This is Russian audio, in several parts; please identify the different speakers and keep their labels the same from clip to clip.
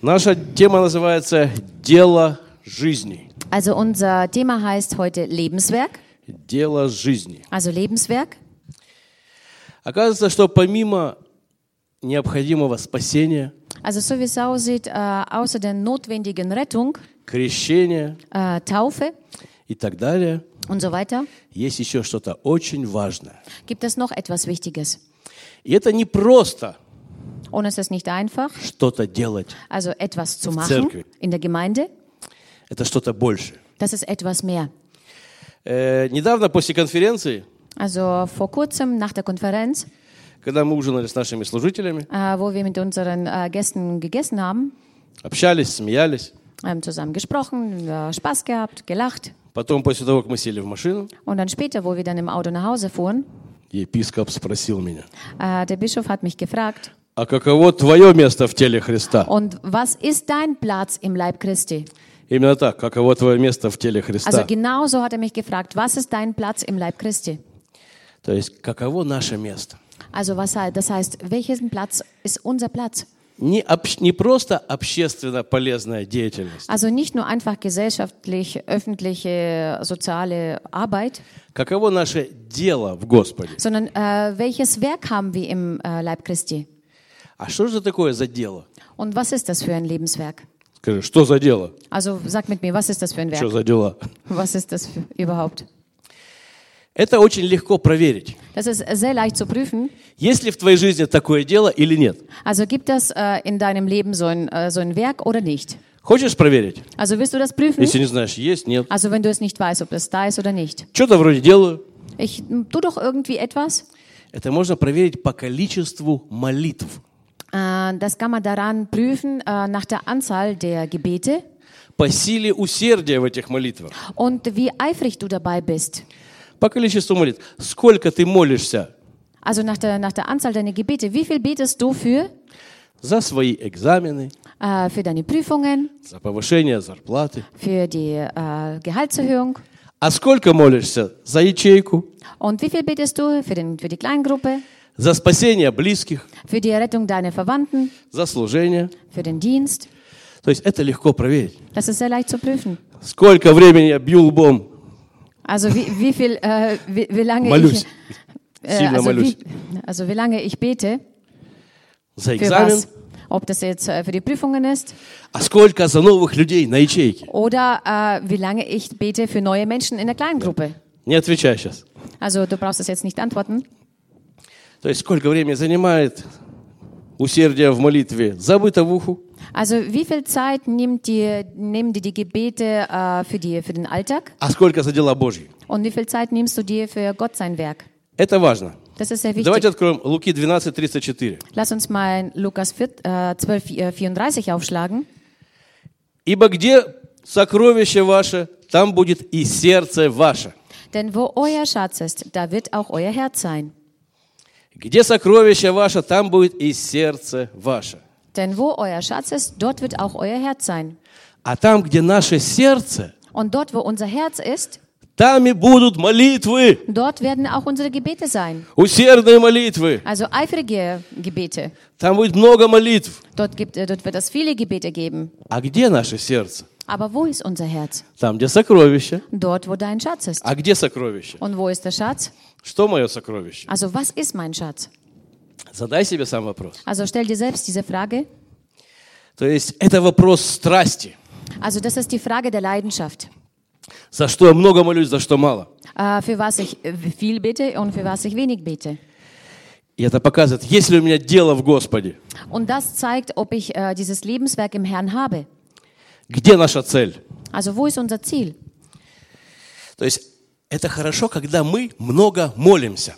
Speaker 1: Наша тема называется «Дело жизни».
Speaker 2: Also unser Thema heißt heute Lebenswerk,
Speaker 1: Дело жизни.
Speaker 2: also Lebenswerk.
Speaker 1: Оказывается, что помимо необходимого спасения,
Speaker 2: Also so wie es aussieht, äh, außer der notwendigen Rettung,
Speaker 1: крещения
Speaker 2: äh, Taufe
Speaker 1: и так далее,
Speaker 2: und so weiter,
Speaker 1: есть еще что-то очень важное.
Speaker 2: gibt es noch etwas Wichtiges.
Speaker 1: И это не просто
Speaker 2: Und es ist nicht einfach,
Speaker 1: что-то делать,
Speaker 2: also etwas zu
Speaker 1: Zirkel.
Speaker 2: machen in der Gemeinde,
Speaker 1: это что-то больше.
Speaker 2: das ist etwas mehr.
Speaker 1: Э, недавно после конференции,
Speaker 2: Also vor kurzem nach der Konferenz,
Speaker 1: когда мы ужинали с нашими служителями,
Speaker 2: äh, wo wir mit unseren äh, Gästen gegessen haben,
Speaker 1: общались, смеялись,
Speaker 2: haben zusammen gesprochen, äh, Spaß gehabt, gelacht.
Speaker 1: потом после того, как мы сели в машину,
Speaker 2: Und dann später, wo wir dann im Auto nach Hause fuhren,
Speaker 1: епископ спросил меня,
Speaker 2: äh, der Bischof hat mich gefragt,
Speaker 1: а каково твое место в теле Христа?
Speaker 2: und was ist dein Platz im Leib Christi?
Speaker 1: Именно так, каково твое место в теле Христа?
Speaker 2: Also genau so hat er mich gefragt, was ist dein Platz im Leib Christi?
Speaker 1: То есть, каково наше место?
Speaker 2: Also was he- das heißt, welchen Platz ist unser Platz?
Speaker 1: Не, общ- не просто общественно полезная деятельность.
Speaker 2: Also nicht nur einfach gesellschaftlich, öffentliche, soziale Arbeit,
Speaker 1: Каково наше дело в Господе?
Speaker 2: sondern äh, welches Werk haben wir im äh, Leib Christi?
Speaker 1: А что же такое за дело?
Speaker 2: Und was ist das für ein Lebenswerk?
Speaker 1: Скажи, что за дело?
Speaker 2: Also sag mit mir, was ist das für ein
Speaker 1: Что
Speaker 2: Werk?
Speaker 1: за дела?
Speaker 2: Was ist das für, überhaupt?
Speaker 1: Это очень легко проверить.
Speaker 2: Das ist sehr leicht zu prüfen.
Speaker 1: Есть ли в твоей жизни такое дело или нет?
Speaker 2: Also gibt das äh, in deinem Leben so ein, äh, so ein Werk oder nicht?
Speaker 1: Хочешь проверить?
Speaker 2: Also willst du das prüfen?
Speaker 1: Если не знаешь, есть, нет.
Speaker 2: Also wenn du es nicht weißt, ob das da ist oder nicht.
Speaker 1: Что-то вроде делаю.
Speaker 2: Ich m, tu doch irgendwie etwas.
Speaker 1: Это можно проверить по количеству молитв.
Speaker 2: Äh, das kann man daran prüfen äh, nach der Anzahl der Gebete
Speaker 1: По силе усердия в этих молитвах.
Speaker 2: und wie eifrig du dabei bist.
Speaker 1: По количеству молитв. Сколько ты молишься
Speaker 2: Also nach der, nach der Anzahl deiner Gebete. Wie viel betest du für?
Speaker 1: за свои экзамены,
Speaker 2: Äh, für deine Prüfungen,
Speaker 1: за повышение зарплаты.
Speaker 2: für die äh, Gehaltserhöhung.
Speaker 1: А сколько молишься за ячейку,
Speaker 2: Und wie viel betest du für, den, für die Kleingruppe,
Speaker 1: за спасение близких,
Speaker 2: für die Rettung deiner Verwandten,
Speaker 1: за служение?
Speaker 2: für den Dienst?
Speaker 1: То есть это легко проверить.
Speaker 2: Das ist sehr leicht zu prüfen.
Speaker 1: Сколько времени я бью лбом?
Speaker 2: Also wie, wie viel, äh, wie, wie lange
Speaker 1: Malus.
Speaker 2: ich... Äh,
Speaker 1: Siebener
Speaker 2: also,
Speaker 1: Malus.
Speaker 2: wie, also wie lange ich bete,
Speaker 1: За
Speaker 2: für
Speaker 1: экзамен?
Speaker 2: was. Ob das jetzt äh, für die Prüfungen ist
Speaker 1: А сколько за новых людей на ячейке?
Speaker 2: oder äh, wie lange ich bete für neue Menschen in der Kleingruppe.
Speaker 1: Не отвечай сейчас.
Speaker 2: Also du brauchst das jetzt nicht antworten.
Speaker 1: То есть сколько времени занимает усердие в молитве за бытовуху,
Speaker 2: Also wie viel Zeit nimmt dir, nehmen dir die Gebete äh, für, die, für den Alltag
Speaker 1: а сколько за дела Божьи?
Speaker 2: und wie viel Zeit nimmst du dir für Gott sein Werk?
Speaker 1: Это важно.
Speaker 2: Das ist sehr wichtig.
Speaker 1: Давайте откроем Луки 12, 34.
Speaker 2: Lass uns mal Lukas 4, äh, 12, äh, 34 aufschlagen.
Speaker 1: «Ибо где сокровище ваше, там будет и сердце ваше».
Speaker 2: Denn wo euer Schatz ist, da wird auch euer Herz sein.
Speaker 1: Где сокровище ваше, там будет и сердце ваше.
Speaker 2: Denn wo euer Schatz ist, dort wird auch euer Herz sein.
Speaker 1: А там, где наше сердце,
Speaker 2: Und dort, wo unser Herz ist,
Speaker 1: там и будут молитвы,
Speaker 2: dort werden auch unsere Gebete sein.
Speaker 1: усердные молитвы.
Speaker 2: Also eifrige Gebete.
Speaker 1: Там будет много молитв.
Speaker 2: Dort, gibt, äh, dort wird es viele Gebete geben.
Speaker 1: А где наше сердце?
Speaker 2: Aber wo ist unser Herz?
Speaker 1: Там, где сокровище.
Speaker 2: Dort, wo dein Schatz ist.
Speaker 1: А где сокровище?
Speaker 2: Und wo ist der Schatz?
Speaker 1: Что мое сокровище?
Speaker 2: Also was ist mein Schatz?
Speaker 1: Задай себе сам вопрос.
Speaker 2: Also stell dir selbst diese Frage.
Speaker 1: То есть это вопрос страсти.
Speaker 2: Also das ist die Frage der Leidenschaft.
Speaker 1: За что я много молюсь, за что мало.
Speaker 2: Äh, für was ich äh, viel bete und für was ich wenig bete.
Speaker 1: И это показывает, есть ли у меня дело в Господе.
Speaker 2: Und das zeigt, ob ich äh, dieses Lebenswerk im Herrn habe.
Speaker 1: Где наша цель?
Speaker 2: Also wo ist unser Ziel?
Speaker 1: То есть это хорошо, когда мы много молимся.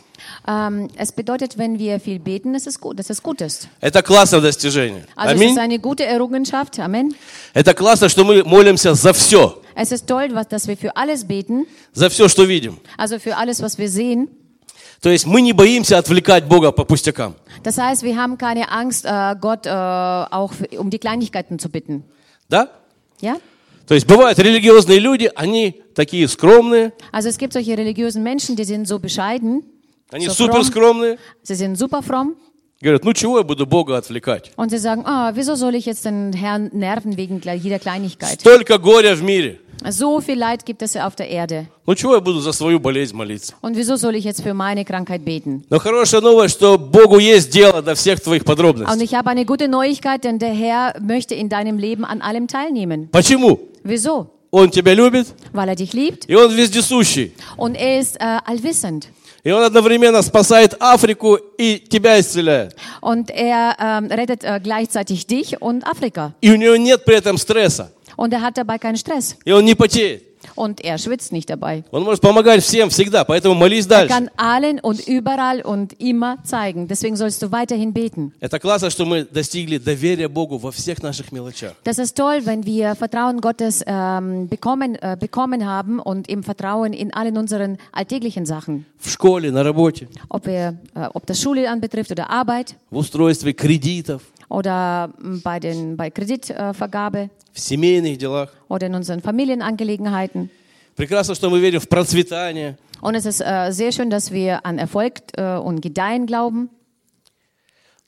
Speaker 2: Ähm, es bedeutet, wenn wir viel beten, dass es gut, dass es gut ist.
Speaker 1: Это классное достижение.
Speaker 2: Also es
Speaker 1: Аминь.
Speaker 2: ist eine gute Errungenschaft. Amen.
Speaker 1: Это классно, что мы молимся за все,
Speaker 2: Es ist toll, was, dass wir für alles beten,
Speaker 1: за все, что видим.
Speaker 2: also für alles, was wir sehen.
Speaker 1: То есть мы не боимся отвлекать Бога по пустякам.
Speaker 2: Das heißt, wir haben keine Angst, äh, Gott äh, auch für, um die Kleinigkeiten zu bitten.
Speaker 1: Да?
Speaker 2: Ja?
Speaker 1: То есть бывают религиозные люди, они такие скромные,
Speaker 2: Also es gibt solche religiösen Menschen, die sind so bescheiden,
Speaker 1: они
Speaker 2: So
Speaker 1: супер скромные,
Speaker 2: sie sind super fromm,
Speaker 1: Говорят, ну чего я буду Бога отвлекать?
Speaker 2: Und sie sagen, ah, wieso soll ich jetzt den Herrn nerven wegen gle- jeder Kleinigkeit?
Speaker 1: Столько горя в мире.
Speaker 2: So viel Leid gibt es auf der Erde.
Speaker 1: Ну чего я буду за свою болезнь молиться?
Speaker 2: Und wieso soll ich jetzt für meine Krankheit beten?
Speaker 1: Но хорошая новость, что Богу есть дело до всех твоих
Speaker 2: Und
Speaker 1: подробностей.
Speaker 2: ich habe eine gute Neuigkeit, denn der Herr möchte in deinem Leben an allem teilnehmen.
Speaker 1: Почему?
Speaker 2: Wieso?
Speaker 1: Он тебя любит,
Speaker 2: Weil er dich liebt
Speaker 1: и он вездесущий.
Speaker 2: und er ist äh, allwissend.
Speaker 1: И он одновременно спасает Африку и тебя исцеляет.
Speaker 2: Und er ähm, rettet äh, gleichzeitig dich und Afrika.
Speaker 1: И у него нет при этом стресса.
Speaker 2: Und er hat dabei keinen Stress.
Speaker 1: И он не потеет.
Speaker 2: Und er schwitzt nicht dabei.
Speaker 1: Он может помогать всем всегда, поэтому молись
Speaker 2: Er
Speaker 1: дальше.
Speaker 2: kann allen und überall und immer zeigen. Deswegen sollst du weiterhin beten.
Speaker 1: Это классно, что мы достигли доверия Богу во всех наших мелочах.
Speaker 2: Das ist toll, wenn wir Vertrauen Gottes ähm, bekommen, äh, bekommen haben und im Vertrauen in allen unseren alltäglichen Sachen.
Speaker 1: В школе, на работе,
Speaker 2: Ob, wir, äh, ob das Schule anbetrifft oder Arbeit
Speaker 1: в устройстве кредитов,
Speaker 2: oder mh, bei, den, bei Kreditvergabe äh, Vergabe
Speaker 1: в семейных делах.
Speaker 2: oder in unseren Familienangelegenheiten.
Speaker 1: Прекрасно, что мы верим в процветание.
Speaker 2: Und es ist äh, sehr schön, dass wir an Erfolg äh, und Gedeihen glauben.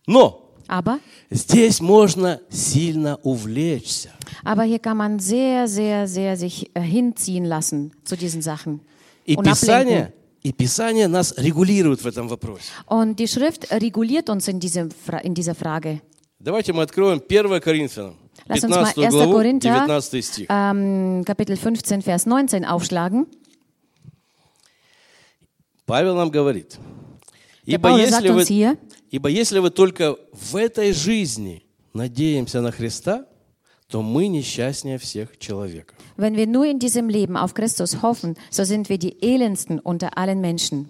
Speaker 1: Но
Speaker 2: Aber,
Speaker 1: здесь можно сильно увлечься.
Speaker 2: aber hier kann man sehr, sehr, sehr sich äh, hinziehen lassen zu diesen Sachen.
Speaker 1: И
Speaker 2: Und ablenken.
Speaker 1: Писание, и Писание нас регулирует в этом вопросе.
Speaker 2: Und die Schrift reguliert uns in, diesem, Fra- in dieser Frage.
Speaker 1: Давайте мы откроем 1 Коринфянам,
Speaker 2: Lass uns mal
Speaker 1: 15
Speaker 2: 1.
Speaker 1: главу,
Speaker 2: Korinther,
Speaker 1: 19 стих.
Speaker 2: ähm, Kapitel 15, Vers 19 aufschlagen.
Speaker 1: Павел нам говорит,
Speaker 2: Der
Speaker 1: ибо
Speaker 2: Paulus
Speaker 1: если,
Speaker 2: sagt
Speaker 1: вы,
Speaker 2: uns hier,
Speaker 1: ибо если вы только в этой жизни надеемся на Христа, то мы несчастнее всех человеков.
Speaker 2: wenn wir nur in diesem Leben auf Christus hoffen, so sind wir die elendsten unter allen Menschen.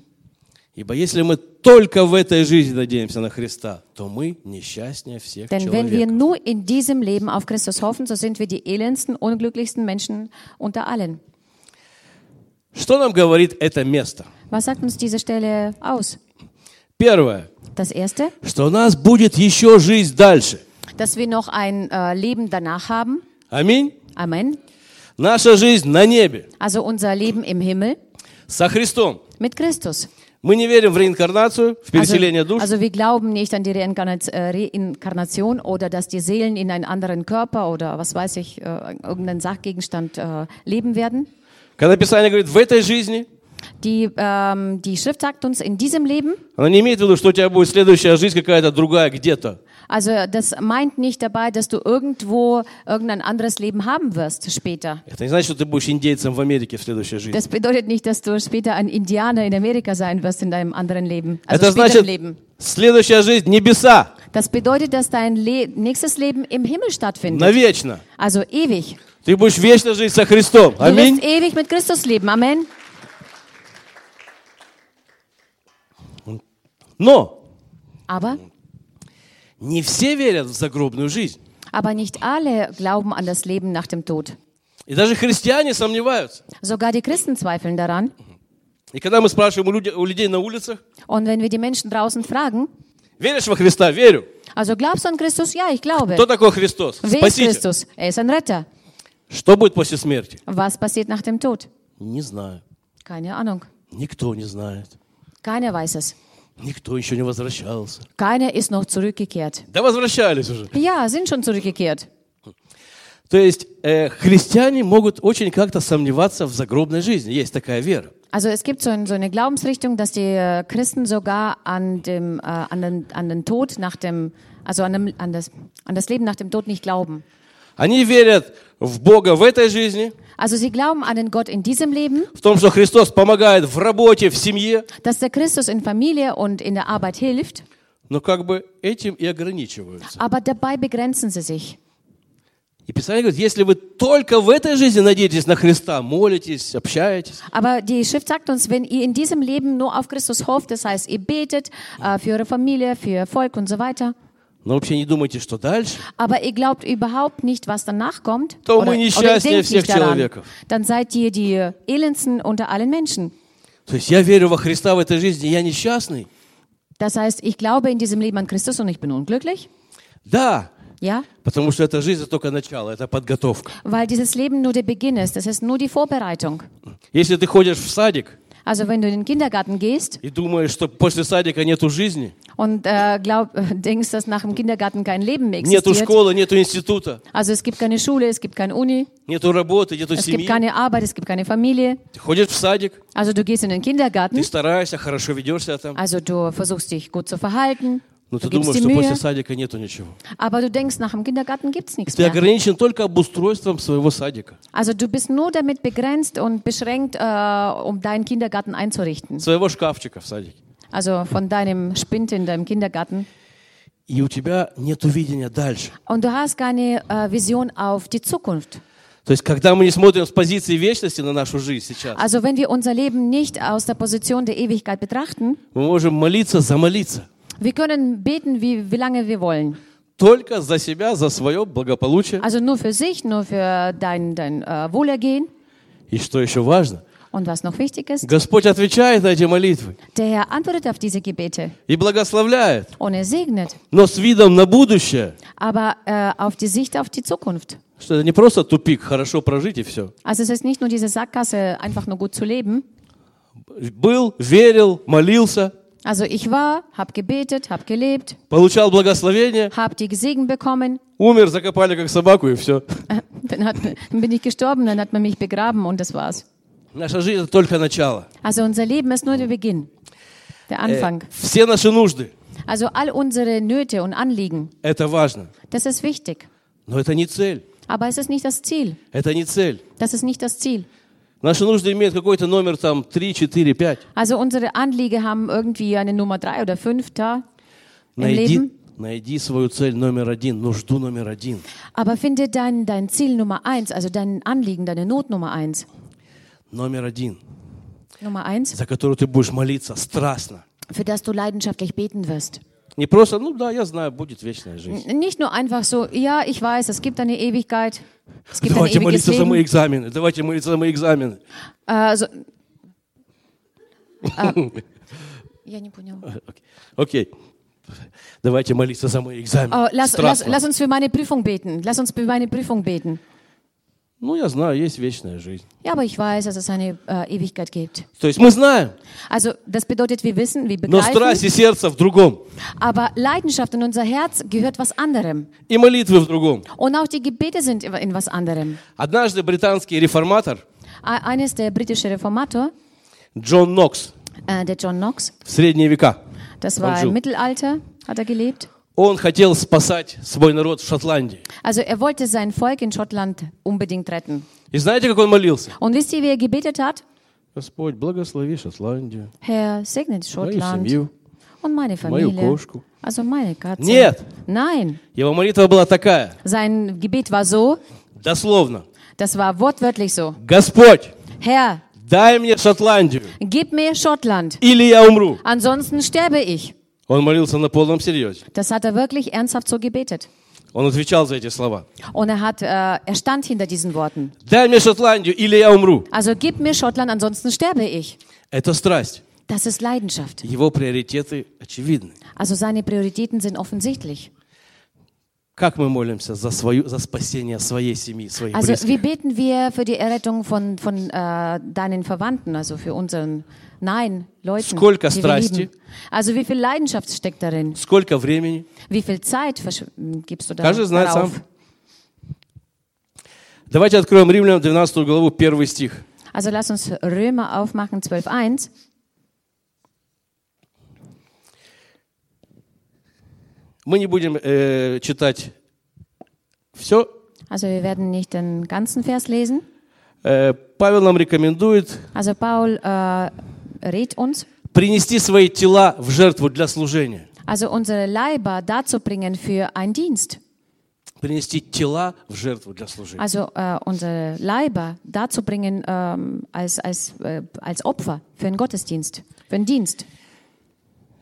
Speaker 1: Ибо если мы только в этой жизни надеемся на Христа, то мы несчастнее всех
Speaker 2: Denn wenn wir
Speaker 1: человеков.
Speaker 2: nur in diesem Leben auf Christus hoffen, so sind wir die elendsten, unglücklichsten Menschen unter allen.
Speaker 1: Что нам говорит это место?
Speaker 2: Was sagt uns diese Stelle aus?
Speaker 1: Первое,
Speaker 2: Das Erste,
Speaker 1: что у нас будет еще жизнь дальше.
Speaker 2: dass wir noch ein äh, Leben danach haben.
Speaker 1: Аминь.
Speaker 2: Amen.
Speaker 1: Наша жизнь на небе,
Speaker 2: Also unser Leben im Himmel
Speaker 1: со Христом.
Speaker 2: mit Christus.
Speaker 1: Мы не верим в реинкарнацию, в
Speaker 2: Also,
Speaker 1: переселение душ.
Speaker 2: also wir glauben nicht an die Reinkarna- äh, Reinkarnation oder dass die Seelen in einen anderen Körper oder was weiß ich, äh, irgendeinen Sachgegenstand äh, leben werden.
Speaker 1: Когда Писание говорит «в этой жизни»,
Speaker 2: Die, ähm, die Schrift sagt uns, in diesem Leben,
Speaker 1: Она не имеет в виду, что у тебя будет следующая жизнь какая-то другая где-то.
Speaker 2: also das meint nicht dabei, dass du irgendwo irgendein anderes Leben haben wirst später.
Speaker 1: Это не значит, что ты будешь индейцем в Америке в следующей жизни.
Speaker 2: Das bedeutet nicht, dass du später ein Indianer in Amerika sein wirst in deinem anderen Leben, also
Speaker 1: Это
Speaker 2: später
Speaker 1: значит,
Speaker 2: im Leben.
Speaker 1: следующая жизнь – небеса,
Speaker 2: Das bedeutet, dass dein Le nächstes Leben im Himmel stattfindet,
Speaker 1: навечно.
Speaker 2: also ewig.
Speaker 1: Ты будешь вечно жить со Христом.
Speaker 2: Du wirst
Speaker 1: Аминь.
Speaker 2: ewig mit Christus leben. Amen.
Speaker 1: Но
Speaker 2: Aber,
Speaker 1: не все верят в загробную жизнь.
Speaker 2: aber nicht alle glauben an das Leben nach dem Tod.
Speaker 1: И даже христиане сомневаются.
Speaker 2: Sogar die Christen zweifeln daran.
Speaker 1: И когда мы спрашиваем у, людей- у людей на улицах,
Speaker 2: Und wenn wir die Menschen draußen fragen,
Speaker 1: веришь во Христа? Верю.
Speaker 2: also glaubst du an Christus? Ja, ich glaube.
Speaker 1: Кто такой Христос?
Speaker 2: Wer ist
Speaker 1: Спаситель.
Speaker 2: Christus? Er ist ein Retter.
Speaker 1: Что будет после смерти?
Speaker 2: Was passiert nach dem Tod?
Speaker 1: Не знаю.
Speaker 2: Keine Ahnung.
Speaker 1: Никто не знает.
Speaker 2: Keiner weiß es.
Speaker 1: Никто еще не возвращался.
Speaker 2: Keiner ist noch zurückgekehrt.
Speaker 1: Да возвращались уже.
Speaker 2: Ja, sind schon zurückgekehrt.
Speaker 1: То есть э, христиане могут очень как-то сомневаться в загробной жизни. Есть такая вера.
Speaker 2: Also es gibt so, ein, so eine Glaubensrichtung, dass die äh, Christen sogar an, dem, äh, an, den, an den Tod nach dem, also an, dem, an, das, an das Leben nach dem Tod nicht glauben.
Speaker 1: Они верят в Бога в этой жизни,
Speaker 2: Also sie glauben an den Gott in diesem Leben,
Speaker 1: в том, что Христос помогает в работе, в семье,
Speaker 2: dass der Christus in Familie und in der Arbeit hilft,
Speaker 1: но как бы этим и ограничиваются.
Speaker 2: aber dabei begrenzen sie sich.
Speaker 1: И Писание говорит, если вы только в этой жизни надеетесь на Христа, молитесь, общаетесь,
Speaker 2: Aber die Schrift sagt uns, wenn ihr in diesem Leben nur auf Christus hofft, das heißt, ihr betet äh, für eure Familie, für ihr Volk und so weiter,
Speaker 1: но вообще не думайте, что дальше,
Speaker 2: aber ihr glaubt überhaupt nicht, was danach kommt,
Speaker 1: То мы
Speaker 2: ihr
Speaker 1: несчастнее
Speaker 2: denkt
Speaker 1: всех
Speaker 2: nicht daran,
Speaker 1: человеков.
Speaker 2: dann seid ihr die elendsten unter allen Menschen.
Speaker 1: то есть я верю во Христа в этой жизни, я несчастный.
Speaker 2: Das heißt, ich glaube in diesem Leben an Christus und ich bin unglücklich,
Speaker 1: Да,
Speaker 2: ja,
Speaker 1: потому что эта жизнь это только начало, это подготовка.
Speaker 2: weil dieses Leben nur der Beginn ist, das ist nur die Vorbereitung.
Speaker 1: Если ты ходишь в садик
Speaker 2: Also wenn du in den Kindergarten gehst
Speaker 1: и думаешь, что после садика нету жизни,
Speaker 2: und äh, glaub, denkst, dass nach dem Kindergarten kein Leben mehr
Speaker 1: Нету
Speaker 2: existiert.
Speaker 1: школы, нету института,
Speaker 2: Also es gibt keine Schule, es gibt keine Uni,
Speaker 1: нету работы, нету
Speaker 2: es gibt
Speaker 1: семьи.
Speaker 2: keine Arbeit, es gibt keine Familie.
Speaker 1: Ты ходишь в садик,
Speaker 2: Also du gehst in den Kindergarten,
Speaker 1: ты стараешься, хорошо ведешь себя там,
Speaker 2: also du versuchst dich gut zu verhalten,
Speaker 1: но ты
Speaker 2: du gibst
Speaker 1: думаешь,
Speaker 2: dir
Speaker 1: что после
Speaker 2: Mühe,
Speaker 1: садика нету ничего.
Speaker 2: aber du denkst, nach dem Kindergarten gibt es nichts
Speaker 1: Ты
Speaker 2: mehr.
Speaker 1: ограничен только обустройством своего садика,
Speaker 2: Also du bist nur damit begrenzt und beschränkt, äh, um deinen Kindergarten einzurichten.
Speaker 1: своего шкафчика в садике.
Speaker 2: Also von deinem Spind in deinem Kindergarten.
Speaker 1: И у тебя нет видения дальше.
Speaker 2: Und du hast keine äh, Vision auf die Zukunft.
Speaker 1: То есть, когда мы не смотрим с позиции вечности на нашу жизнь сейчас,
Speaker 2: Also wenn wir unser Leben nicht aus der Position der Ewigkeit betrachten,
Speaker 1: мы можем молиться, замолиться.
Speaker 2: wir können beten, wie, wie lange wir wollen.
Speaker 1: Только за себя, за свое благополучие.
Speaker 2: Also nur für sich, nur für dein, dein äh, Wohlergehen.
Speaker 1: И что еще важно,
Speaker 2: Und was noch wichtig ist,
Speaker 1: Господь отвечает на эти молитвы
Speaker 2: der Herr antwortet auf diese Gebete
Speaker 1: и благословляет,
Speaker 2: und er segnet,
Speaker 1: но с видом на будущее,
Speaker 2: aber äh, auf die Sicht auf die Zukunft.
Speaker 1: что это не просто тупик, хорошо прожить и все.
Speaker 2: Also es ist nicht nur diese Sackgasse, einfach nur gut zu leben.
Speaker 1: Был, верил, молился,
Speaker 2: Also ich war, habe gebetet, habe gelebt,
Speaker 1: получал благословение,
Speaker 2: habe die Segen bekommen,
Speaker 1: умер, закопали как собаку и все.
Speaker 2: äh, dann, hat, dann bin ich gestorben, dann hat man mich begraben und das war's.
Speaker 1: Наша жизнь это только начало. Э,
Speaker 2: Also unser Leben ist nur der Beginn, der Anfang.
Speaker 1: Все наши нужды,
Speaker 2: Also all unsere Nöte und Anliegen,
Speaker 1: это важно,
Speaker 2: das ist wichtig.
Speaker 1: но это не цель,
Speaker 2: Aber es ist nicht das Ziel.
Speaker 1: это не цель.
Speaker 2: Das ist nicht das Ziel.
Speaker 1: Наши нужды имеют какой-то номер там 3, 4, 5.
Speaker 2: Also unsere Anliegen haben irgendwie eine Nummer drei oder fünf da im
Speaker 1: Найди,
Speaker 2: Leben.
Speaker 1: найди свою цель номер один, нужду номер один.
Speaker 2: Aber finde dein, dein Ziel Nummer eins, also dein Anliegen, deine Not Nummer eins.
Speaker 1: Номер один,
Speaker 2: Nummer eins,
Speaker 1: за которую ты будешь молиться страстно.
Speaker 2: für das du leidenschaftlich beten wirst.
Speaker 1: Не просто, ну да, я знаю, будет вечная жизнь.
Speaker 2: N- Nicht nur einfach so, ja, ich weiß, es gibt eine Ewigkeit, es gibt ein
Speaker 1: Давайте
Speaker 2: ewiges
Speaker 1: молиться за мои
Speaker 2: Leben.
Speaker 1: экзамены, давайте молиться за мои экзамены.
Speaker 2: Äh, Also, äh, я не поняла.
Speaker 1: Э, Окей. Окей. Давайте молиться за мои экзамены.
Speaker 2: Oh, lass, lass,
Speaker 1: страстно.
Speaker 2: lass uns für meine Prüfung beten. Lass uns für meine Prüfung beten.
Speaker 1: Ну, я знаю, есть вечная жизнь.
Speaker 2: Ja, aber ich weiß, dass es eine äh, Ewigkeit gibt.
Speaker 1: То есть мы знаем,
Speaker 2: Also das bedeutet, wir wissen, wir
Speaker 1: но страсть
Speaker 2: begreifen,
Speaker 1: и сердце в другом,
Speaker 2: aber Leidenschaft in unser Herz gehört was anderem.
Speaker 1: и молитвы в другом.
Speaker 2: Und auch die Gebete sind in- in was anderem.
Speaker 1: Однажды британский реформатор
Speaker 2: E- Eines der britische Reformator,
Speaker 1: Джон Нокс
Speaker 2: äh, der John Knox,
Speaker 1: в средние века,
Speaker 2: das war
Speaker 1: Bonjour.
Speaker 2: im Mittelalter, hat er gelebt.
Speaker 1: он хотел спасать свой народ в Шотландии.
Speaker 2: Also er wollte sein Volk in Schottland unbedingt retten.
Speaker 1: И знаете, как он молился?
Speaker 2: Und wisst ihr, wie er gebetet hat?
Speaker 1: Господь, благослови Шотландию,
Speaker 2: Herr, segnet
Speaker 1: мою
Speaker 2: Schottland
Speaker 1: семью.
Speaker 2: und meine Familie.
Speaker 1: Koschku.
Speaker 2: Also meine Katze.
Speaker 1: Нет,
Speaker 2: Nein,
Speaker 1: его молитва была такая,
Speaker 2: sein Gebet war so,
Speaker 1: дословно.
Speaker 2: das war wortwörtlich so.
Speaker 1: Господь,
Speaker 2: Herr,
Speaker 1: дай мне Шотландию,
Speaker 2: gib mir Schottland,
Speaker 1: или я умру.
Speaker 2: ansonsten sterbe ich.
Speaker 1: Он молился на полном серьезе.
Speaker 2: Das hat er wirklich ernsthaft so gebetet.
Speaker 1: Он отвечал за эти слова.
Speaker 2: Und er, hat, äh, er stand hinter diesen Worten.
Speaker 1: Дай мне Шотландию, или я умру.
Speaker 2: Also gib mir Schottland, ansonsten sterbe ich.
Speaker 1: Это страсть.
Speaker 2: Das ist Leidenschaft.
Speaker 1: Его приоритеты очевидны.
Speaker 2: Also seine Prioritäten sind offensichtlich.
Speaker 1: Как мы молимся за, свою, за спасение своей семьи, своих
Speaker 2: Also
Speaker 1: близких?
Speaker 2: wie beten wir für die Errettung von, von äh, deinen Verwandten, also für unseren nein Leuten,
Speaker 1: Skolka
Speaker 2: die wir
Speaker 1: strasti?
Speaker 2: lieben. Also wie viel Leidenschaft steckt darin?
Speaker 1: Сколько времени?
Speaker 2: Wie viel Zeit versch- m, gibst du da-
Speaker 1: Каждый знает
Speaker 2: darauf?
Speaker 1: сам. Давайте откроем Римлянам 12 главу, 1 стих.
Speaker 2: Also lass uns Römer aufmachen, 12.1.
Speaker 1: Мы не будем э, читать все.
Speaker 2: Also wir werden nicht den ganzen Vers lesen.
Speaker 1: Э, Павел нам рекомендует
Speaker 2: Also Paul äh, rät uns,
Speaker 1: принести свои тела в жертву для служения.
Speaker 2: also unsere Leiber dazu bringen für einen Dienst.
Speaker 1: Принести тела в жертву для служения.
Speaker 2: Also äh, unsere Leiber dazu bringen ähm, als, als, äh, als Opfer für einen Gottesdienst, für einen Dienst.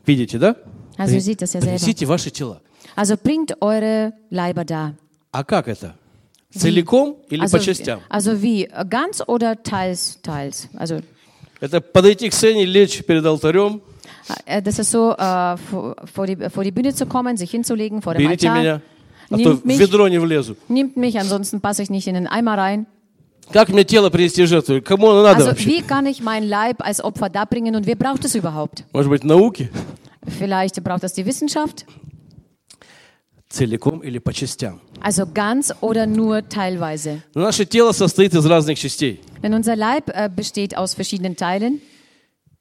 Speaker 1: Видите, да?
Speaker 2: Also ihr seht das ja selber.
Speaker 1: Принесите ваши тела.
Speaker 2: Also bringt eure Leiber da.
Speaker 1: А как это? Целиком или
Speaker 2: Also,
Speaker 1: по частям?
Speaker 2: also wie, ganz oder teils, teils. Also
Speaker 1: Это подойти к сцене, лечь перед алтарем.
Speaker 2: Äh, Das ist so, äh, vor, vor, die, vor die Bühne zu kommen, sich hinzulegen vor dem
Speaker 1: Берите меня,
Speaker 2: Altar.
Speaker 1: а то
Speaker 2: Nimmt
Speaker 1: в
Speaker 2: mich,
Speaker 1: ведро не влезу.
Speaker 2: nimmt mich, ansonsten passe ich nicht in den Eimer rein.
Speaker 1: Как мне тело принести в жертву? Кому оно надо
Speaker 2: Also
Speaker 1: вообще?
Speaker 2: wie kann ich meinen Leib als Opfer darbringen und wer braucht es überhaupt?
Speaker 1: Может быть, науки?
Speaker 2: Vielleicht braucht das die Wissenschaft.
Speaker 1: Целиком или по частям.
Speaker 2: Also ganz oder nur teilweise.
Speaker 1: Но наше тело состоит из разных частей.
Speaker 2: Denn unser Leib äh, besteht aus verschiedenen Teilen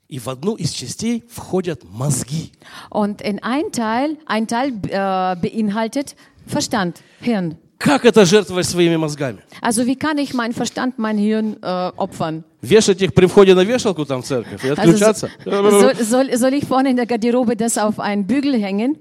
Speaker 1: И в одну из частей входят мозги.
Speaker 2: und in ein Teil, ein Teil äh, beinhaltet Verstand, Hirn.
Speaker 1: Как это жертвовать своими мозгами?
Speaker 2: Also wie kann ich meinen Verstand, mein Hirn äh, opfern?
Speaker 1: Вешать их при входе на вешалку там в церковь и
Speaker 2: Also so,
Speaker 1: отключаться?
Speaker 2: soll- soll, soll ich vorne in der Garderobe das auf einen Bügel hängen?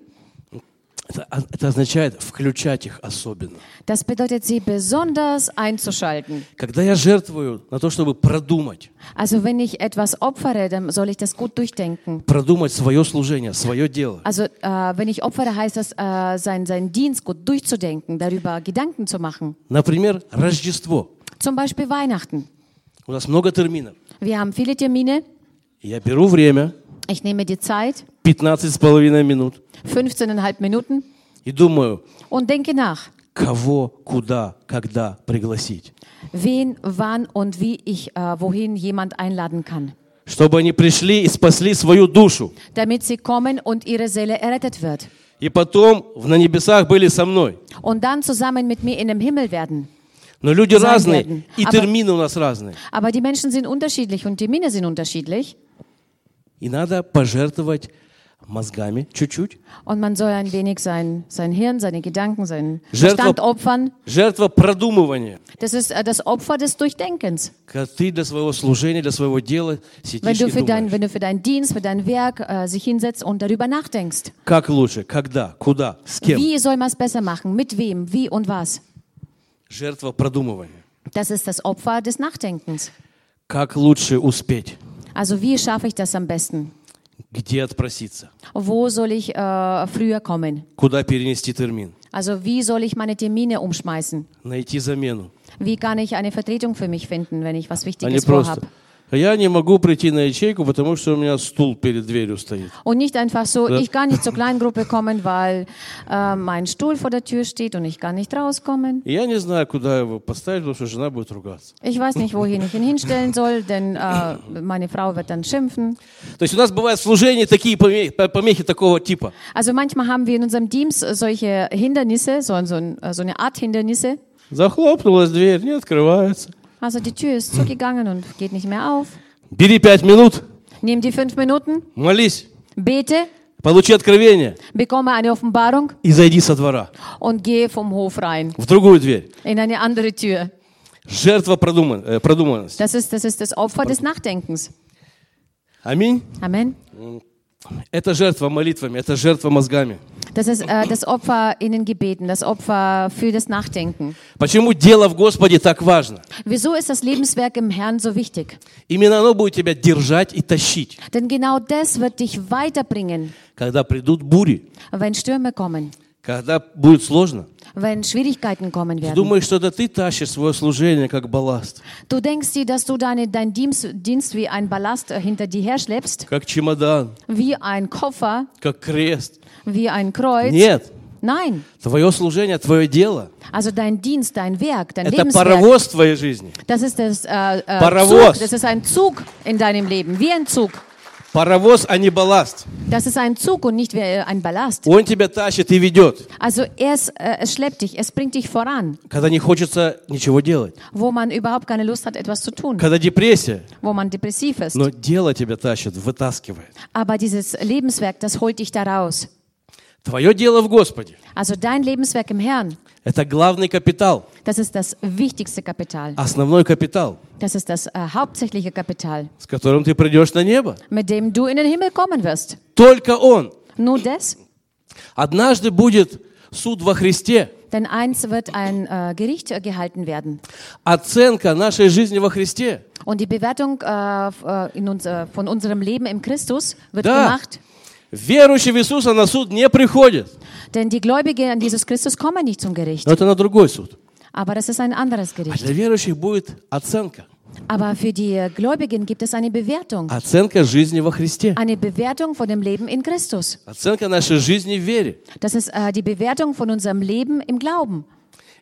Speaker 1: Это, это означает включать их особенно.
Speaker 2: Das bedeutet, sie besonders einzuschalten.
Speaker 1: Когда я жертвую на то, чтобы продумать,
Speaker 2: Also wenn ich etwas opfere, dann soll ich das gut durchdenken.
Speaker 1: продумать свое служение, свое дело,
Speaker 2: Also äh, wenn ich opfere, heißt das, äh, sein, seinen Dienst gut durchzudenken, darüber Gedanken zu machen.
Speaker 1: например, Рождество.
Speaker 2: Zum Beispiel Weihnachten.
Speaker 1: У нас много терминов.
Speaker 2: Wir haben viele Termine.
Speaker 1: Я беру время,
Speaker 2: Ich nehme die Zeit,
Speaker 1: 15 с половиной минут,
Speaker 2: 15,5 Minuten,
Speaker 1: и думаю,
Speaker 2: und denke nach,
Speaker 1: кого, куда, когда пригласить.
Speaker 2: wen, wann und wie ich äh, wohin jemand einladen kann,
Speaker 1: Чтобы они пришли и спасли свою душу.
Speaker 2: damit sie kommen und ihre Seele errettet wird
Speaker 1: И потом в- на небесах были со мной.
Speaker 2: und dann zusammen mit mir in dem Himmel werden.
Speaker 1: Но люди
Speaker 2: Sein
Speaker 1: разные,
Speaker 2: werden.
Speaker 1: и
Speaker 2: Aber-
Speaker 1: термины у нас разные.
Speaker 2: Aber die Menschen sind unterschiedlich und die Mine sind unterschiedlich
Speaker 1: И надо пожертвовать мозгами чуть-чуть.
Speaker 2: und man soll ein wenig sein, sein Hirn, seine Gedanken, seinen
Speaker 1: Жертва-
Speaker 2: Verstand opfern.
Speaker 1: Жертва продумывания.
Speaker 2: Das ist äh, das Opfer des Durchdenkens.
Speaker 1: Когда ты для своего служения, для своего дела
Speaker 2: Wenn
Speaker 1: сидишь
Speaker 2: du,
Speaker 1: и
Speaker 2: für dein,
Speaker 1: думаешь,
Speaker 2: wenn du für dein Dienst, für dein Werk äh, sich hinsetzt und darüber nachdenkst.
Speaker 1: как лучше, когда, куда, с кем.
Speaker 2: Wie soll man es besser machen? Mit wem? Wie und was?
Speaker 1: Жертва продумывания.
Speaker 2: Das ist das Opfer des Nachdenkens.
Speaker 1: Как лучше успеть,
Speaker 2: Also wie schaffe ich das am besten?
Speaker 1: где отпроситься,
Speaker 2: Wo soll ich äh, früher kommen?
Speaker 1: куда перенести термин,
Speaker 2: Also wie soll ich meine Termine umschmeißen?
Speaker 1: найти замену,
Speaker 2: Wie kann ich eine Vertretung für mich finden, wenn ich
Speaker 1: а
Speaker 2: was
Speaker 1: не
Speaker 2: Wichtiges
Speaker 1: просто.
Speaker 2: vorhabe?
Speaker 1: Я не могу прийти на ячейку, потому что у меня стул перед дверью стоит.
Speaker 2: Und nicht einfach so, ich kann nicht zur Kleingruppe kommen, weil äh, mein Stuhl vor der Tür steht und ich kann nicht rauskommen.
Speaker 1: И я не знаю, куда его поставить, потому что жена будет ругаться.
Speaker 2: Ich weiß nicht, wohin ich ihn hinstellen soll, denn äh, meine Frau wird dann schimpfen.
Speaker 1: То есть у нас бывают служения такие поме- по- помехи такого типа.
Speaker 2: Also manchmal haben wir in unserem Dienst solche Hindernisse, so, so, ein- äh, so eine Art Hindernisse.
Speaker 1: Захлопнулась дверь, не открывается.
Speaker 2: Also die Tür ist zugegangen und geht nicht mehr auf.
Speaker 1: Бери пять минут,
Speaker 2: Nimm die fünf Minuten,
Speaker 1: молись,
Speaker 2: bete,
Speaker 1: получи откровение
Speaker 2: bekomme eine Offenbarung
Speaker 1: и зайди со двора
Speaker 2: und gehe vom Hof rein
Speaker 1: в другую дверь.
Speaker 2: in eine andere Tür.
Speaker 1: Жертва продуман- э, продуманности.
Speaker 2: Das ist das, ist das Opfer des Nachdenkens.
Speaker 1: Аминь.
Speaker 2: Amen.
Speaker 1: Это жертва молитвами, это жертва мозгами.
Speaker 2: Das ist äh, das Opfer in den Gebeten, das Opfer für das Nachdenken.
Speaker 1: Почему дело в Господе так важно?
Speaker 2: Wieso ist das Lebenswerk im Herrn so wichtig?
Speaker 1: Именно оно будет тебя держать и тащить,
Speaker 2: Denn genau das wird dich weiterbringen,
Speaker 1: когда придут бури,
Speaker 2: wenn Stürme kommen,
Speaker 1: когда будет сложно.
Speaker 2: wenn Schwierigkeiten kommen
Speaker 1: Ты
Speaker 2: werden.
Speaker 1: думаешь, что это ты tащишь свое служение как балласт,
Speaker 2: Du denkst dir, dass du deine, deinen Dienst, Dienst wie ein Ballast äh, hinter dir herschleppst,
Speaker 1: как чемодан,
Speaker 2: wie ein Koffer,
Speaker 1: как крест.
Speaker 2: wie ein Kreuz.
Speaker 1: Нет,
Speaker 2: Nein,
Speaker 1: твое служение, твоє дело
Speaker 2: also dein Dienst, dein Werk,
Speaker 1: –
Speaker 2: dein
Speaker 1: это
Speaker 2: Lebenswerk,
Speaker 1: паровоз твоей жизни.
Speaker 2: das ist das äh, äh,
Speaker 1: Paravos.
Speaker 2: Zug, das ist ein Zug in deinem Leben, wie ein Zug.
Speaker 1: Паровоз, а не балласт.
Speaker 2: Das ist ein Zug und nicht wie äh, ein Ballast.
Speaker 1: Он тебя тащит и ведет,
Speaker 2: Also es, äh, es schleppt dich, es bringt dich voran,
Speaker 1: когда не хочется ничего делать,
Speaker 2: wo man überhaupt keine Lust hat, etwas zu tun,
Speaker 1: когда депрессия.
Speaker 2: wo man depressiv ist.
Speaker 1: Но дело тебя тащит, вытаскивает.
Speaker 2: Aber dieses Lebenswerk, das holt dich da raus.
Speaker 1: Твое дело в Господе
Speaker 2: Also dein Lebenswerk im Herrn,
Speaker 1: – это главный капитал,
Speaker 2: das ist das wichtigste Kapital.
Speaker 1: основной капитал,
Speaker 2: Das ist das äh, hauptsächliche Kapital,
Speaker 1: с которым ты придешь на небо.
Speaker 2: mit dem du in den Himmel kommen wirst.
Speaker 1: Только Он.
Speaker 2: Nur das,
Speaker 1: Однажды будет суд во Христе,
Speaker 2: denn eins wird ein äh, Gericht äh, gehalten werden.
Speaker 1: оценка нашей жизни во Христе.
Speaker 2: Und die Bewertung äh, f- äh, in uns, äh, von unserem Leben im Christus wird
Speaker 1: Да.
Speaker 2: gemacht.
Speaker 1: Верующий в Иисуса на суд не приходит,
Speaker 2: Denn die Gläubigen an Jesus Christus kommen nicht zum Gericht.
Speaker 1: но это на другой суд.
Speaker 2: Aber das ist ein anderes
Speaker 1: А
Speaker 2: Gericht.
Speaker 1: для верующих будет оценка.
Speaker 2: Aber für die äh, Gläubigen gibt es eine Bewertung.
Speaker 1: Оценка жизни во Христе.
Speaker 2: Eine Bewertung von dem Leben in Christus.
Speaker 1: Оценка нашей жизни в вере.
Speaker 2: Das ist äh, die Bewertung von unserem Leben im Glauben.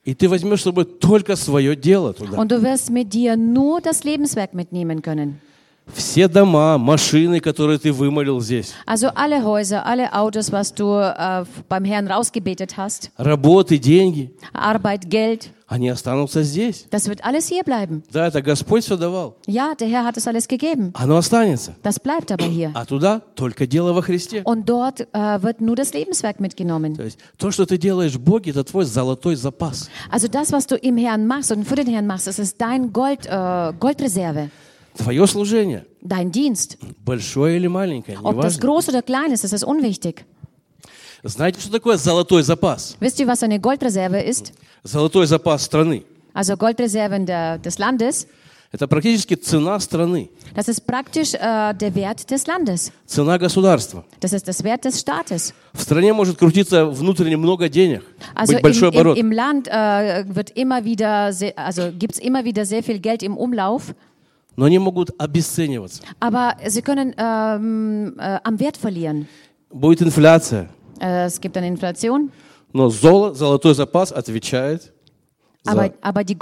Speaker 1: И ты возьмешь с собой только свое дело туда.
Speaker 2: Und du wirst mit dir nur das Lebenswerk mitnehmen können.
Speaker 1: Все дома, машины, которые ты вымолил здесь,
Speaker 2: Also alle Häuser, alle Autos, was du äh, beim Herrn rausgebetet hast,
Speaker 1: работы, деньги,
Speaker 2: Arbeit, Geld,
Speaker 1: они останутся здесь.
Speaker 2: das wird alles hier bleiben.
Speaker 1: Да, это Господь все давал.
Speaker 2: Ja, der Herr hat es alles gegeben.
Speaker 1: Оно останется.
Speaker 2: Das bleibt aber hier.
Speaker 1: А туда только дело во Христе.
Speaker 2: Und dort äh, wird nur das Lebenswerk mitgenommen.
Speaker 1: То есть то, что ты делаешь в Боге, это твой золотой запас.
Speaker 2: Also das, was du im Herrn machst und für den Herrn machst, das ist dein Gold, äh, Goldreserve,
Speaker 1: Твое служение,
Speaker 2: dein Dienst.
Speaker 1: большое или маленькое,
Speaker 2: Ob das
Speaker 1: неважно.
Speaker 2: groß oder klein ist, das ist unwichtig.
Speaker 1: Знаете, что такое золотой запас?
Speaker 2: Wisst ihr, was eine Goldreserve ist?
Speaker 1: Золотой запас страны.
Speaker 2: Also Goldreserven der, des Landes.
Speaker 1: Это практически цена страны,
Speaker 2: Das ist praktisch äh, der Wert des Landes.
Speaker 1: цена государства.
Speaker 2: Das ist das Wert des Staates.
Speaker 1: В стране может крутиться внутренне много денег,
Speaker 2: Also
Speaker 1: быть
Speaker 2: im,
Speaker 1: большой
Speaker 2: im,
Speaker 1: оборот.
Speaker 2: im Land äh, wird immer wieder, sehr, also gibt's immer wieder sehr viel Geld im Umlauf,
Speaker 1: Но они могут обесцениваться.
Speaker 2: aber sie können ähm, äh, am Wert verlieren.
Speaker 1: Будет инфляция,
Speaker 2: Äh, es gibt eine Inflation,
Speaker 1: но золо, золотой запас отвечает, за-
Speaker 2: aber, aber die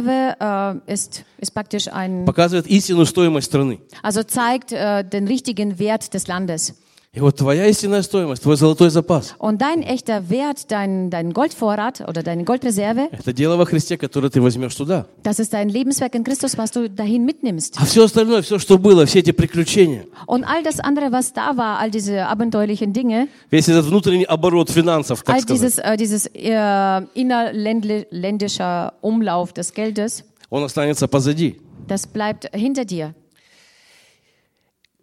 Speaker 2: Goldreserve äh, ist, ist praktisch ein,
Speaker 1: показывает истинную стоимость страны.
Speaker 2: also zeigt äh, den richtigen Wert des Landes.
Speaker 1: И вот твоя истинная стоимость, твой золотой запас,
Speaker 2: Und dein echter Wert, dein, dein Goldvorrat oder deine Goldreserve,
Speaker 1: это дело во Христе, которое ты возьмешь туда.
Speaker 2: das ist dein Lebenswerk in Christus, was du dahin mitnimmst.
Speaker 1: А все остальное, все, что было, все эти приключения,
Speaker 2: Und all das andere, was da war, all diese abenteuerlichen Dinge,
Speaker 1: весь этот внутренний оборот финансов, так
Speaker 2: All
Speaker 1: сказать,
Speaker 2: dieses, äh, dieses äh, innerländischer Umlauf des Geldes,
Speaker 1: он останется позади.
Speaker 2: das bleibt hinter dir.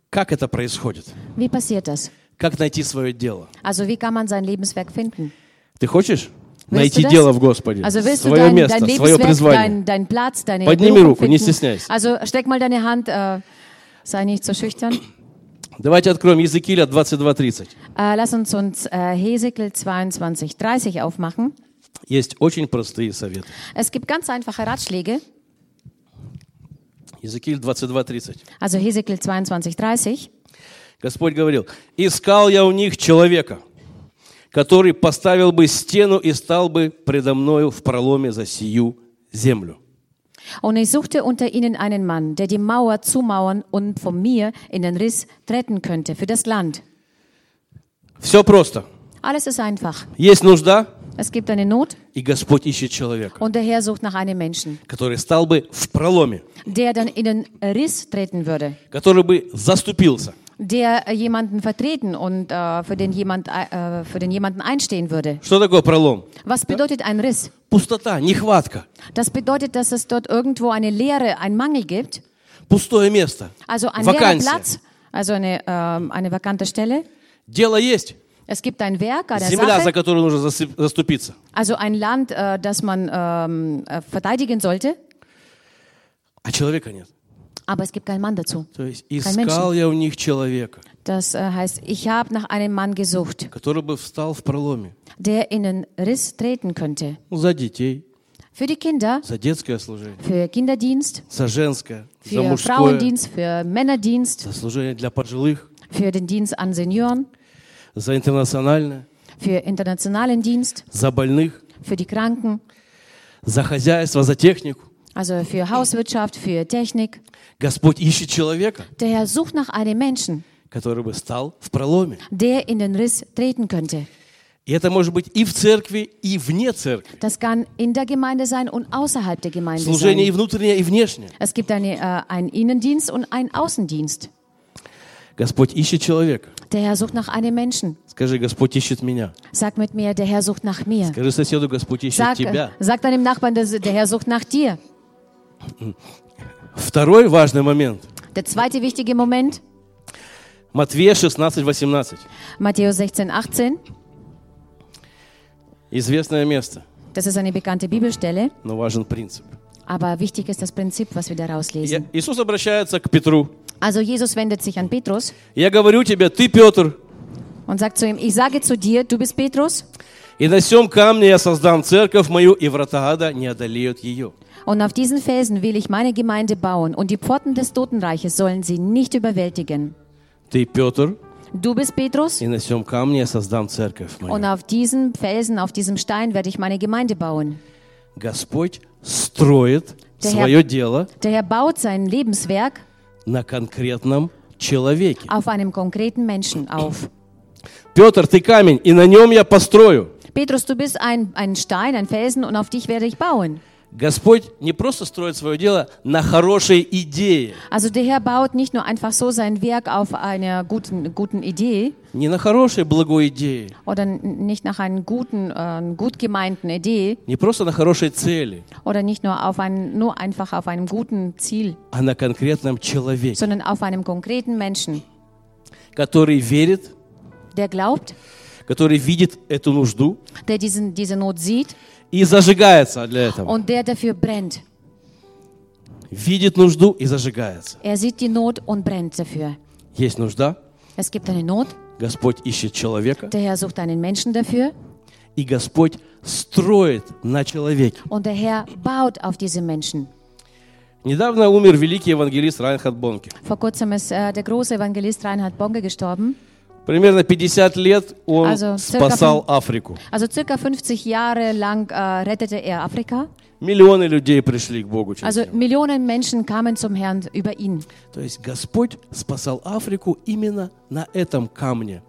Speaker 1: Как это происходит?
Speaker 2: Wie passiert das?
Speaker 1: Как найти свое дело?
Speaker 2: Also wie kann man sein Lebenswerk finden?
Speaker 1: Ты хочешь
Speaker 2: Willst du
Speaker 1: найти
Speaker 2: das?
Speaker 1: дело в Господе?
Speaker 2: Also willst du
Speaker 1: свое
Speaker 2: dein,
Speaker 1: место,
Speaker 2: dein
Speaker 1: свое
Speaker 2: Lebenswerk,
Speaker 1: призвание.
Speaker 2: dein, dein Platz, deine
Speaker 1: Подними
Speaker 2: Berufung
Speaker 1: руку, не
Speaker 2: finden?
Speaker 1: стесняйся.
Speaker 2: Also steck mal deine Hand, äh, sei nicht so schüchtern.
Speaker 1: Давайте откроем Езекииля 22.30.
Speaker 2: Äh, lass uns uns äh, Hesekiel 22, 30 aufmachen.
Speaker 1: Есть очень простые советы.
Speaker 2: Es gibt ganz einfache Ratschläge.
Speaker 1: Езекииль 22.30.
Speaker 2: Also Hesekiel 22, 30.
Speaker 1: Господь говорил, «Искал я у них человека, который поставил бы стену и стал бы предо мною в проломе за сию землю».
Speaker 2: Und ich suchte unter ihnen einen Mann, der die Mauer zumauern und von mir in den Riss treten könnte für das Land.
Speaker 1: Все просто.
Speaker 2: Alles ist einfach.
Speaker 1: Есть нужда,
Speaker 2: Es gibt eine Not
Speaker 1: и Господь ищет человека,
Speaker 2: und der Herr sucht nach einem Menschen,
Speaker 1: который стал бы в проломе,
Speaker 2: der dann in den Riss treten würde,
Speaker 1: который бы заступился,
Speaker 2: der äh, jemanden vertreten und äh, für, den jemand, äh, für den jemanden einstehen würde.
Speaker 1: Что такое пролом?
Speaker 2: Was bedeutet ein Riss?
Speaker 1: Пустота, нехватка,
Speaker 2: Das bedeutet, dass es dort irgendwo eine Leere, einen Mangel gibt,
Speaker 1: пустое место,
Speaker 2: also ein leerer
Speaker 1: вакансия.
Speaker 2: Platz, also eine, ähm, eine vakante Stelle.
Speaker 1: Дело есть,
Speaker 2: Es gibt ein Werk, eine
Speaker 1: земля,
Speaker 2: Sache.
Speaker 1: за которую нужно засып- заступиться.
Speaker 2: Also ein Land, äh, das man ähm, äh, verteidigen sollte,
Speaker 1: А человека нет.
Speaker 2: aber es gibt keinen Mann dazu.
Speaker 1: То есть
Speaker 2: Kein
Speaker 1: искал
Speaker 2: Menschen.
Speaker 1: я у них человека,
Speaker 2: Das äh, heißt, ich habe nach einem Mann gesucht,
Speaker 1: который бы встал в проломе.
Speaker 2: der in den Riss treten könnte.
Speaker 1: Ну, за детей,
Speaker 2: Für die Kinder,
Speaker 1: за детское служение,
Speaker 2: für Kinderdienst,
Speaker 1: за женское, за
Speaker 2: für
Speaker 1: мужское,
Speaker 2: Frauendienst, für Männerdienst,
Speaker 1: за служение для пожилых,
Speaker 2: für den Dienst an Senioren,
Speaker 1: за интернациональное,
Speaker 2: für internationalen Dienst,
Speaker 1: за больных,
Speaker 2: für die Kranken,
Speaker 1: за хозяйство, за технику.
Speaker 2: also für Hauswirtschaft, für Technik.
Speaker 1: Господь ищет человека,
Speaker 2: Der Herr sucht nach einem Menschen,
Speaker 1: который бы стал в проломе.
Speaker 2: der in den Riss treten könnte.
Speaker 1: И это может быть и в церкви, и вне церкви.
Speaker 2: Das kann in der Gemeinde sein und außerhalb der Gemeinde sein.
Speaker 1: Служение и внутреннее, и внешнее.
Speaker 2: Es gibt eine, äh, einen Innendienst und einen Außendienst.
Speaker 1: Господь ищет человека.
Speaker 2: Der Herr sucht nach einem Menschen.
Speaker 1: Скажи, Господь ищет меня.
Speaker 2: Sag mit mir, der Herr sucht nach mir.
Speaker 1: Скажи соседу, Господь ищет
Speaker 2: Sag, äh,
Speaker 1: тебя.
Speaker 2: sag deinem Nachbarn, der, der Herr sucht nach dir.
Speaker 1: Второй важный момент.
Speaker 2: Der zweite wichtige Moment,
Speaker 1: Матвея 16, 18.
Speaker 2: Matthäus 16, 18.
Speaker 1: Известное место,
Speaker 2: Das ist eine bekannte Bibelstelle,
Speaker 1: но важен принцип.
Speaker 2: aber wichtig ist das Prinzip, was wir daraus
Speaker 1: Я-
Speaker 2: lesen.
Speaker 1: Иисус обращается к Петру.
Speaker 2: Also Jesus wendet sich an Petrus
Speaker 1: Я говорю тебе, ты Петр,
Speaker 2: und sagt zu ihm, ich sage zu dir, du bist Petrus
Speaker 1: и на сем камне я создам церковь мою, и врата ада не одолеют ее.
Speaker 2: und auf diesen Felsen will ich meine Gemeinde bauen und die Pforten des Totenreiches sollen sie nicht überwältigen.
Speaker 1: Ты Петр,
Speaker 2: Du bist Petrus
Speaker 1: и на сем камне я создам церковь мою.
Speaker 2: Und auf diesem Felsen, auf diesem Stein werde ich meine Gemeinde bauen.
Speaker 1: Господь строит
Speaker 2: Да я-
Speaker 1: свое дело
Speaker 2: Der Herr baut sein Lebenswerk
Speaker 1: на конкретном человеке.
Speaker 2: auf einem konkreten Menschen auf.
Speaker 1: Петр, ты камень, и на нем я построю.
Speaker 2: Petrus, du bist ein, ein Stein, ein Felsen und auf dich werde ich bauen.
Speaker 1: Господь не просто строит свое дело на хорошей идее,
Speaker 2: Also der Herr baut nicht nur einfach so sein Werk auf einer guten, guten Idee
Speaker 1: не на хорошей благой идее,
Speaker 2: oder n- nicht nach einer guten, äh, gut gemeinten Idee
Speaker 1: не просто на хорошей цели,
Speaker 2: oder nicht nur, auf einen, nur einfach auf einem guten Ziel,
Speaker 1: а на конкретном человеке,
Speaker 2: sondern auf einem konkreten Menschen,
Speaker 1: который верит,
Speaker 2: der glaubt,
Speaker 1: который видит эту нужду
Speaker 2: der diesen, diese Not sieht
Speaker 1: и зажигается для этого.
Speaker 2: und der dafür brennt.
Speaker 1: Видит нужду и зажигается.
Speaker 2: Er sieht die Not und brennt dafür.
Speaker 1: Есть нужда,
Speaker 2: Es gibt eine Not,
Speaker 1: Господь ищет человека,
Speaker 2: der Herr sucht einen Menschen dafür
Speaker 1: и Господь строит на человеке.
Speaker 2: und der Herr baut auf diese Menschen.
Speaker 1: Недавно умер великий евангелист Райнхард Бонке.
Speaker 2: Vor kurzem ist äh, der große Evangelist Reinhard Bonke gestorben.
Speaker 1: Примерно 50 лет он
Speaker 2: Also, circa
Speaker 1: спасал Африку.
Speaker 2: Also circa 50 Jahre lang äh, rettete er Afrika.
Speaker 1: Миллионы людей пришли к Богу через
Speaker 2: Also
Speaker 1: него.
Speaker 2: Millionen Menschen kamen zum Herrn über ihn.
Speaker 1: То есть Господь спасал Африку именно на этом камне.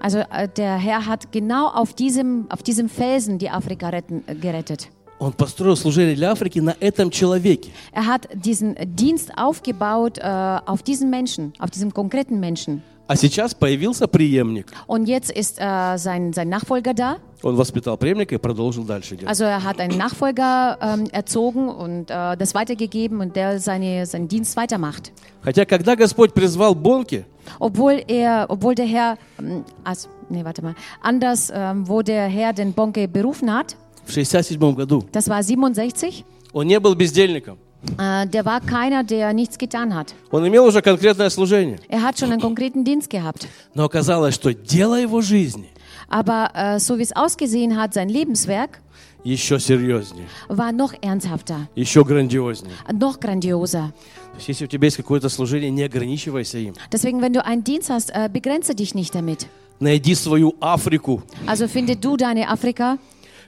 Speaker 2: Also äh, der Herr hat genau auf diesem, auf diesem Felsen die Afrika retten, äh, gerettet.
Speaker 1: Он построил служение для Африки на этом человеке.
Speaker 2: Er hat diesen Dienst aufgebaut äh, auf diesen Menschen, auf diesem konkreten Menschen.
Speaker 1: А сейчас появился преемник.
Speaker 2: Und jetzt ist äh, sein, sein Nachfolger da.
Speaker 1: Он воспитал преемника и продолжил дальше делать.
Speaker 2: Also er hat einen Nachfolger ähm, erzogen und äh, das weitergegeben und der seine, seinen Dienst weitermacht.
Speaker 1: Хотя, когда Господь призвал Бонки,
Speaker 2: Obwohl er, obwohl der Herr, ähm, als, nee, warte mal, anders, ähm, wo der Herr den Bonke berufen hat,
Speaker 1: в 67 году,
Speaker 2: das war 67,
Speaker 1: он не был бездельником.
Speaker 2: äh, der war keiner, der nichts getan hat.
Speaker 1: Он имел уже конкретное служение.
Speaker 2: Er hat schon einen konkreten Dienst gehabt.
Speaker 1: Но оказалось, что дело его жизни
Speaker 2: Aber äh, so wie es ausgesehen hat, sein Lebenswerk
Speaker 1: еще серьезнее,
Speaker 2: war noch ernsthafter,
Speaker 1: еще грандиознее.
Speaker 2: noch grandioser.
Speaker 1: То есть, если у тебя есть какое-то служение, не ограничивайся им.
Speaker 2: Deswegen, wenn du einen Dienst hast, äh, begrenze dich nicht damit.
Speaker 1: Найди свою Африку,
Speaker 2: Also finde du deine Afrika,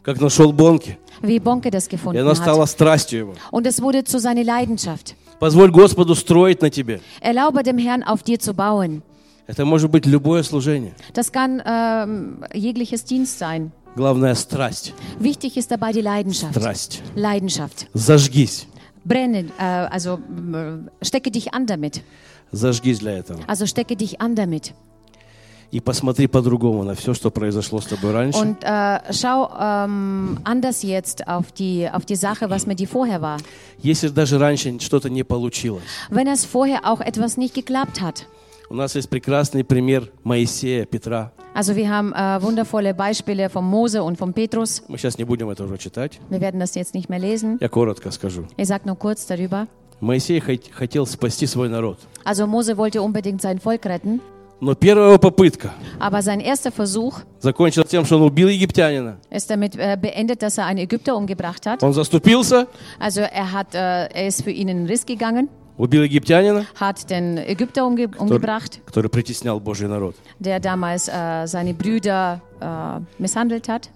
Speaker 1: как нашел Бонки.
Speaker 2: wie Bonke das
Speaker 1: И
Speaker 2: gefunden
Speaker 1: она
Speaker 2: hat.
Speaker 1: стала страстью его.
Speaker 2: Und es wurde zu seiner Leidenschaft.
Speaker 1: Позволь Господу строить на тебе.
Speaker 2: Erlaube dem Herrn, auf dir zu bauen.
Speaker 1: Это может быть любое служение.
Speaker 2: Das kann ähm, jegliches Dienst sein.
Speaker 1: Главное – страсть.
Speaker 2: Wichtig ist dabei die Leidenschaft.
Speaker 1: Страсть.
Speaker 2: Leidenschaft.
Speaker 1: Зажгись.
Speaker 2: Brenne, äh, also mh, stecke dich an damit.
Speaker 1: Зажгись для этого.
Speaker 2: Also stecke dich an damit.
Speaker 1: И посмотри по-другому на все, что произошло с тобой раньше.
Speaker 2: Und äh, schau ähm, anders jetzt auf die, auf die Sache, was mit dir vorher war.
Speaker 1: Если даже раньше что-то не получилось.
Speaker 2: Wenn es vorher auch etwas nicht geklappt hat.
Speaker 1: У нас есть прекрасный пример Моисея, Петра.
Speaker 2: Also wir haben äh, wundervolle Beispiele von Mose und von Petrus.
Speaker 1: Мы сейчас не будем это уже читать.
Speaker 2: Wir werden das jetzt nicht mehr lesen.
Speaker 1: Я коротко скажу.
Speaker 2: Ich sage nur kurz darüber.
Speaker 1: Моисей хот- хотел спасти свой народ.
Speaker 2: Also Mose wollte unbedingt sein Volk retten,
Speaker 1: Но первая его попытка
Speaker 2: aber sein erster Versuch
Speaker 1: закончилась тем, что он убил египтянина.
Speaker 2: ist damit äh, beendet, dass er einen Ägypter umgebracht hat.
Speaker 1: Он заступился,
Speaker 2: Also er hat, äh, er ist für ihn in den Riss gegangen,
Speaker 1: убил египтянина,
Speaker 2: hat den Ägypter umge umgebracht,
Speaker 1: который притеснял Божий народ.
Speaker 2: der damals äh, seine Brüder äh, misshandelt hat.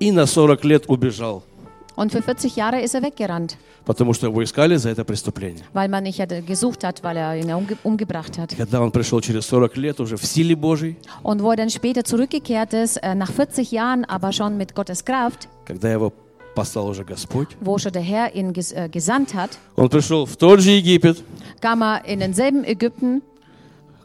Speaker 1: И на 40 лет убежал,
Speaker 2: Und für 40 Jahre ist er weggerannt,
Speaker 1: потому что его искали за это преступление.
Speaker 2: weil man nicht hätte gesucht hat, weil er ihn umge umgebracht hat.
Speaker 1: Когда он пришел через 40 лет уже в силе Божьей,
Speaker 2: Und wo er dann später zurückgekehrt ist, äh, nach 40 Jahren, aber schon mit Gottes Kraft,
Speaker 1: когда его послал уже Господь,
Speaker 2: wo schon der Herr ihn ges äh, gesandt hat,
Speaker 1: он пришел в тот же Египет,
Speaker 2: kam er in denselben Ägypten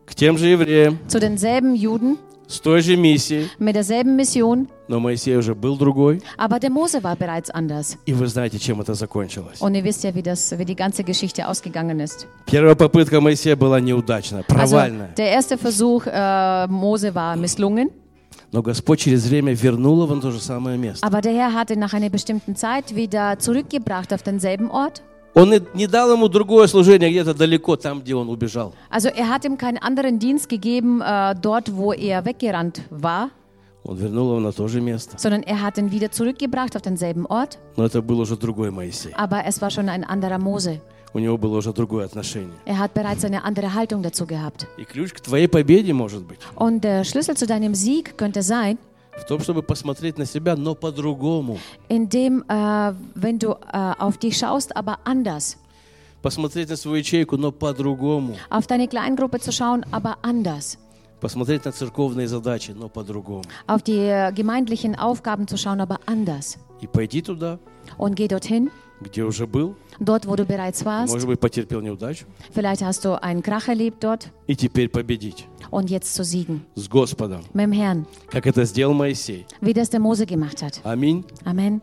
Speaker 1: к тем же евреям,
Speaker 2: zu denselben Juden
Speaker 1: с той же миссией,
Speaker 2: mit derselben Mission,
Speaker 1: но Моисей уже был другой.
Speaker 2: aber der Mose war bereits anders.
Speaker 1: И вы знаете, чем это закончилось.
Speaker 2: Und ihr wisst ja, wie, das, wie die ganze Geschichte ausgegangen ist.
Speaker 1: Первая попытка Моисея была неудачна,
Speaker 2: Also,
Speaker 1: провальная.
Speaker 2: der erste Versuch äh, Mose war misslungen,
Speaker 1: Но Господь через время verнул его на то же самое место.
Speaker 2: aber der Herr hat ihn nach einer bestimmten Zeit wieder zurückgebracht auf denselben Ort.
Speaker 1: Он не- не дал ему другое служение где-то далеко, там, где он убежал.
Speaker 2: Also er hat ihm keinen anderen Dienst gegeben, äh, dort wo er weggerannt war,
Speaker 1: Он вернул его на то же место.
Speaker 2: sondern er hat ihn wieder zurückgebracht auf denselben Ort,
Speaker 1: Но это был уже другой Моисей.
Speaker 2: aber es war schon ein anderer Mose.
Speaker 1: У него было уже другое отношение.
Speaker 2: Er hat bereits eine andere Haltung dazu gehabt.
Speaker 1: И ключ к твоей победе может быть
Speaker 2: Und der Schlüssel zu deinem Sieg könnte sein,
Speaker 1: в том, чтобы посмотреть на себя, но по-другому.
Speaker 2: indem, äh, wenn du äh, auf dich schaust, aber anders.
Speaker 1: посмотреть на свою ячейку, но по-другому.
Speaker 2: auf deine Kleingruppe zu schauen, aber anders.
Speaker 1: Посмотреть на церковные задачи, но по-другому.
Speaker 2: Auf die äh, gemeindlichen Aufgaben zu schauen, aber anders.
Speaker 1: И пойти туда,
Speaker 2: Und geh dorthin,
Speaker 1: где уже был,
Speaker 2: dort, wo du bereits warst.
Speaker 1: может быть, потерпел неудачу,
Speaker 2: Vielleicht hast du einen Krach erlebt dort
Speaker 1: и теперь победить
Speaker 2: und jetzt zu siegen.
Speaker 1: с Господом,
Speaker 2: Mit dem Herrn,
Speaker 1: как это сделал Моисей.
Speaker 2: wie das der Mose gemacht hat.
Speaker 1: Аминь.
Speaker 2: Amen.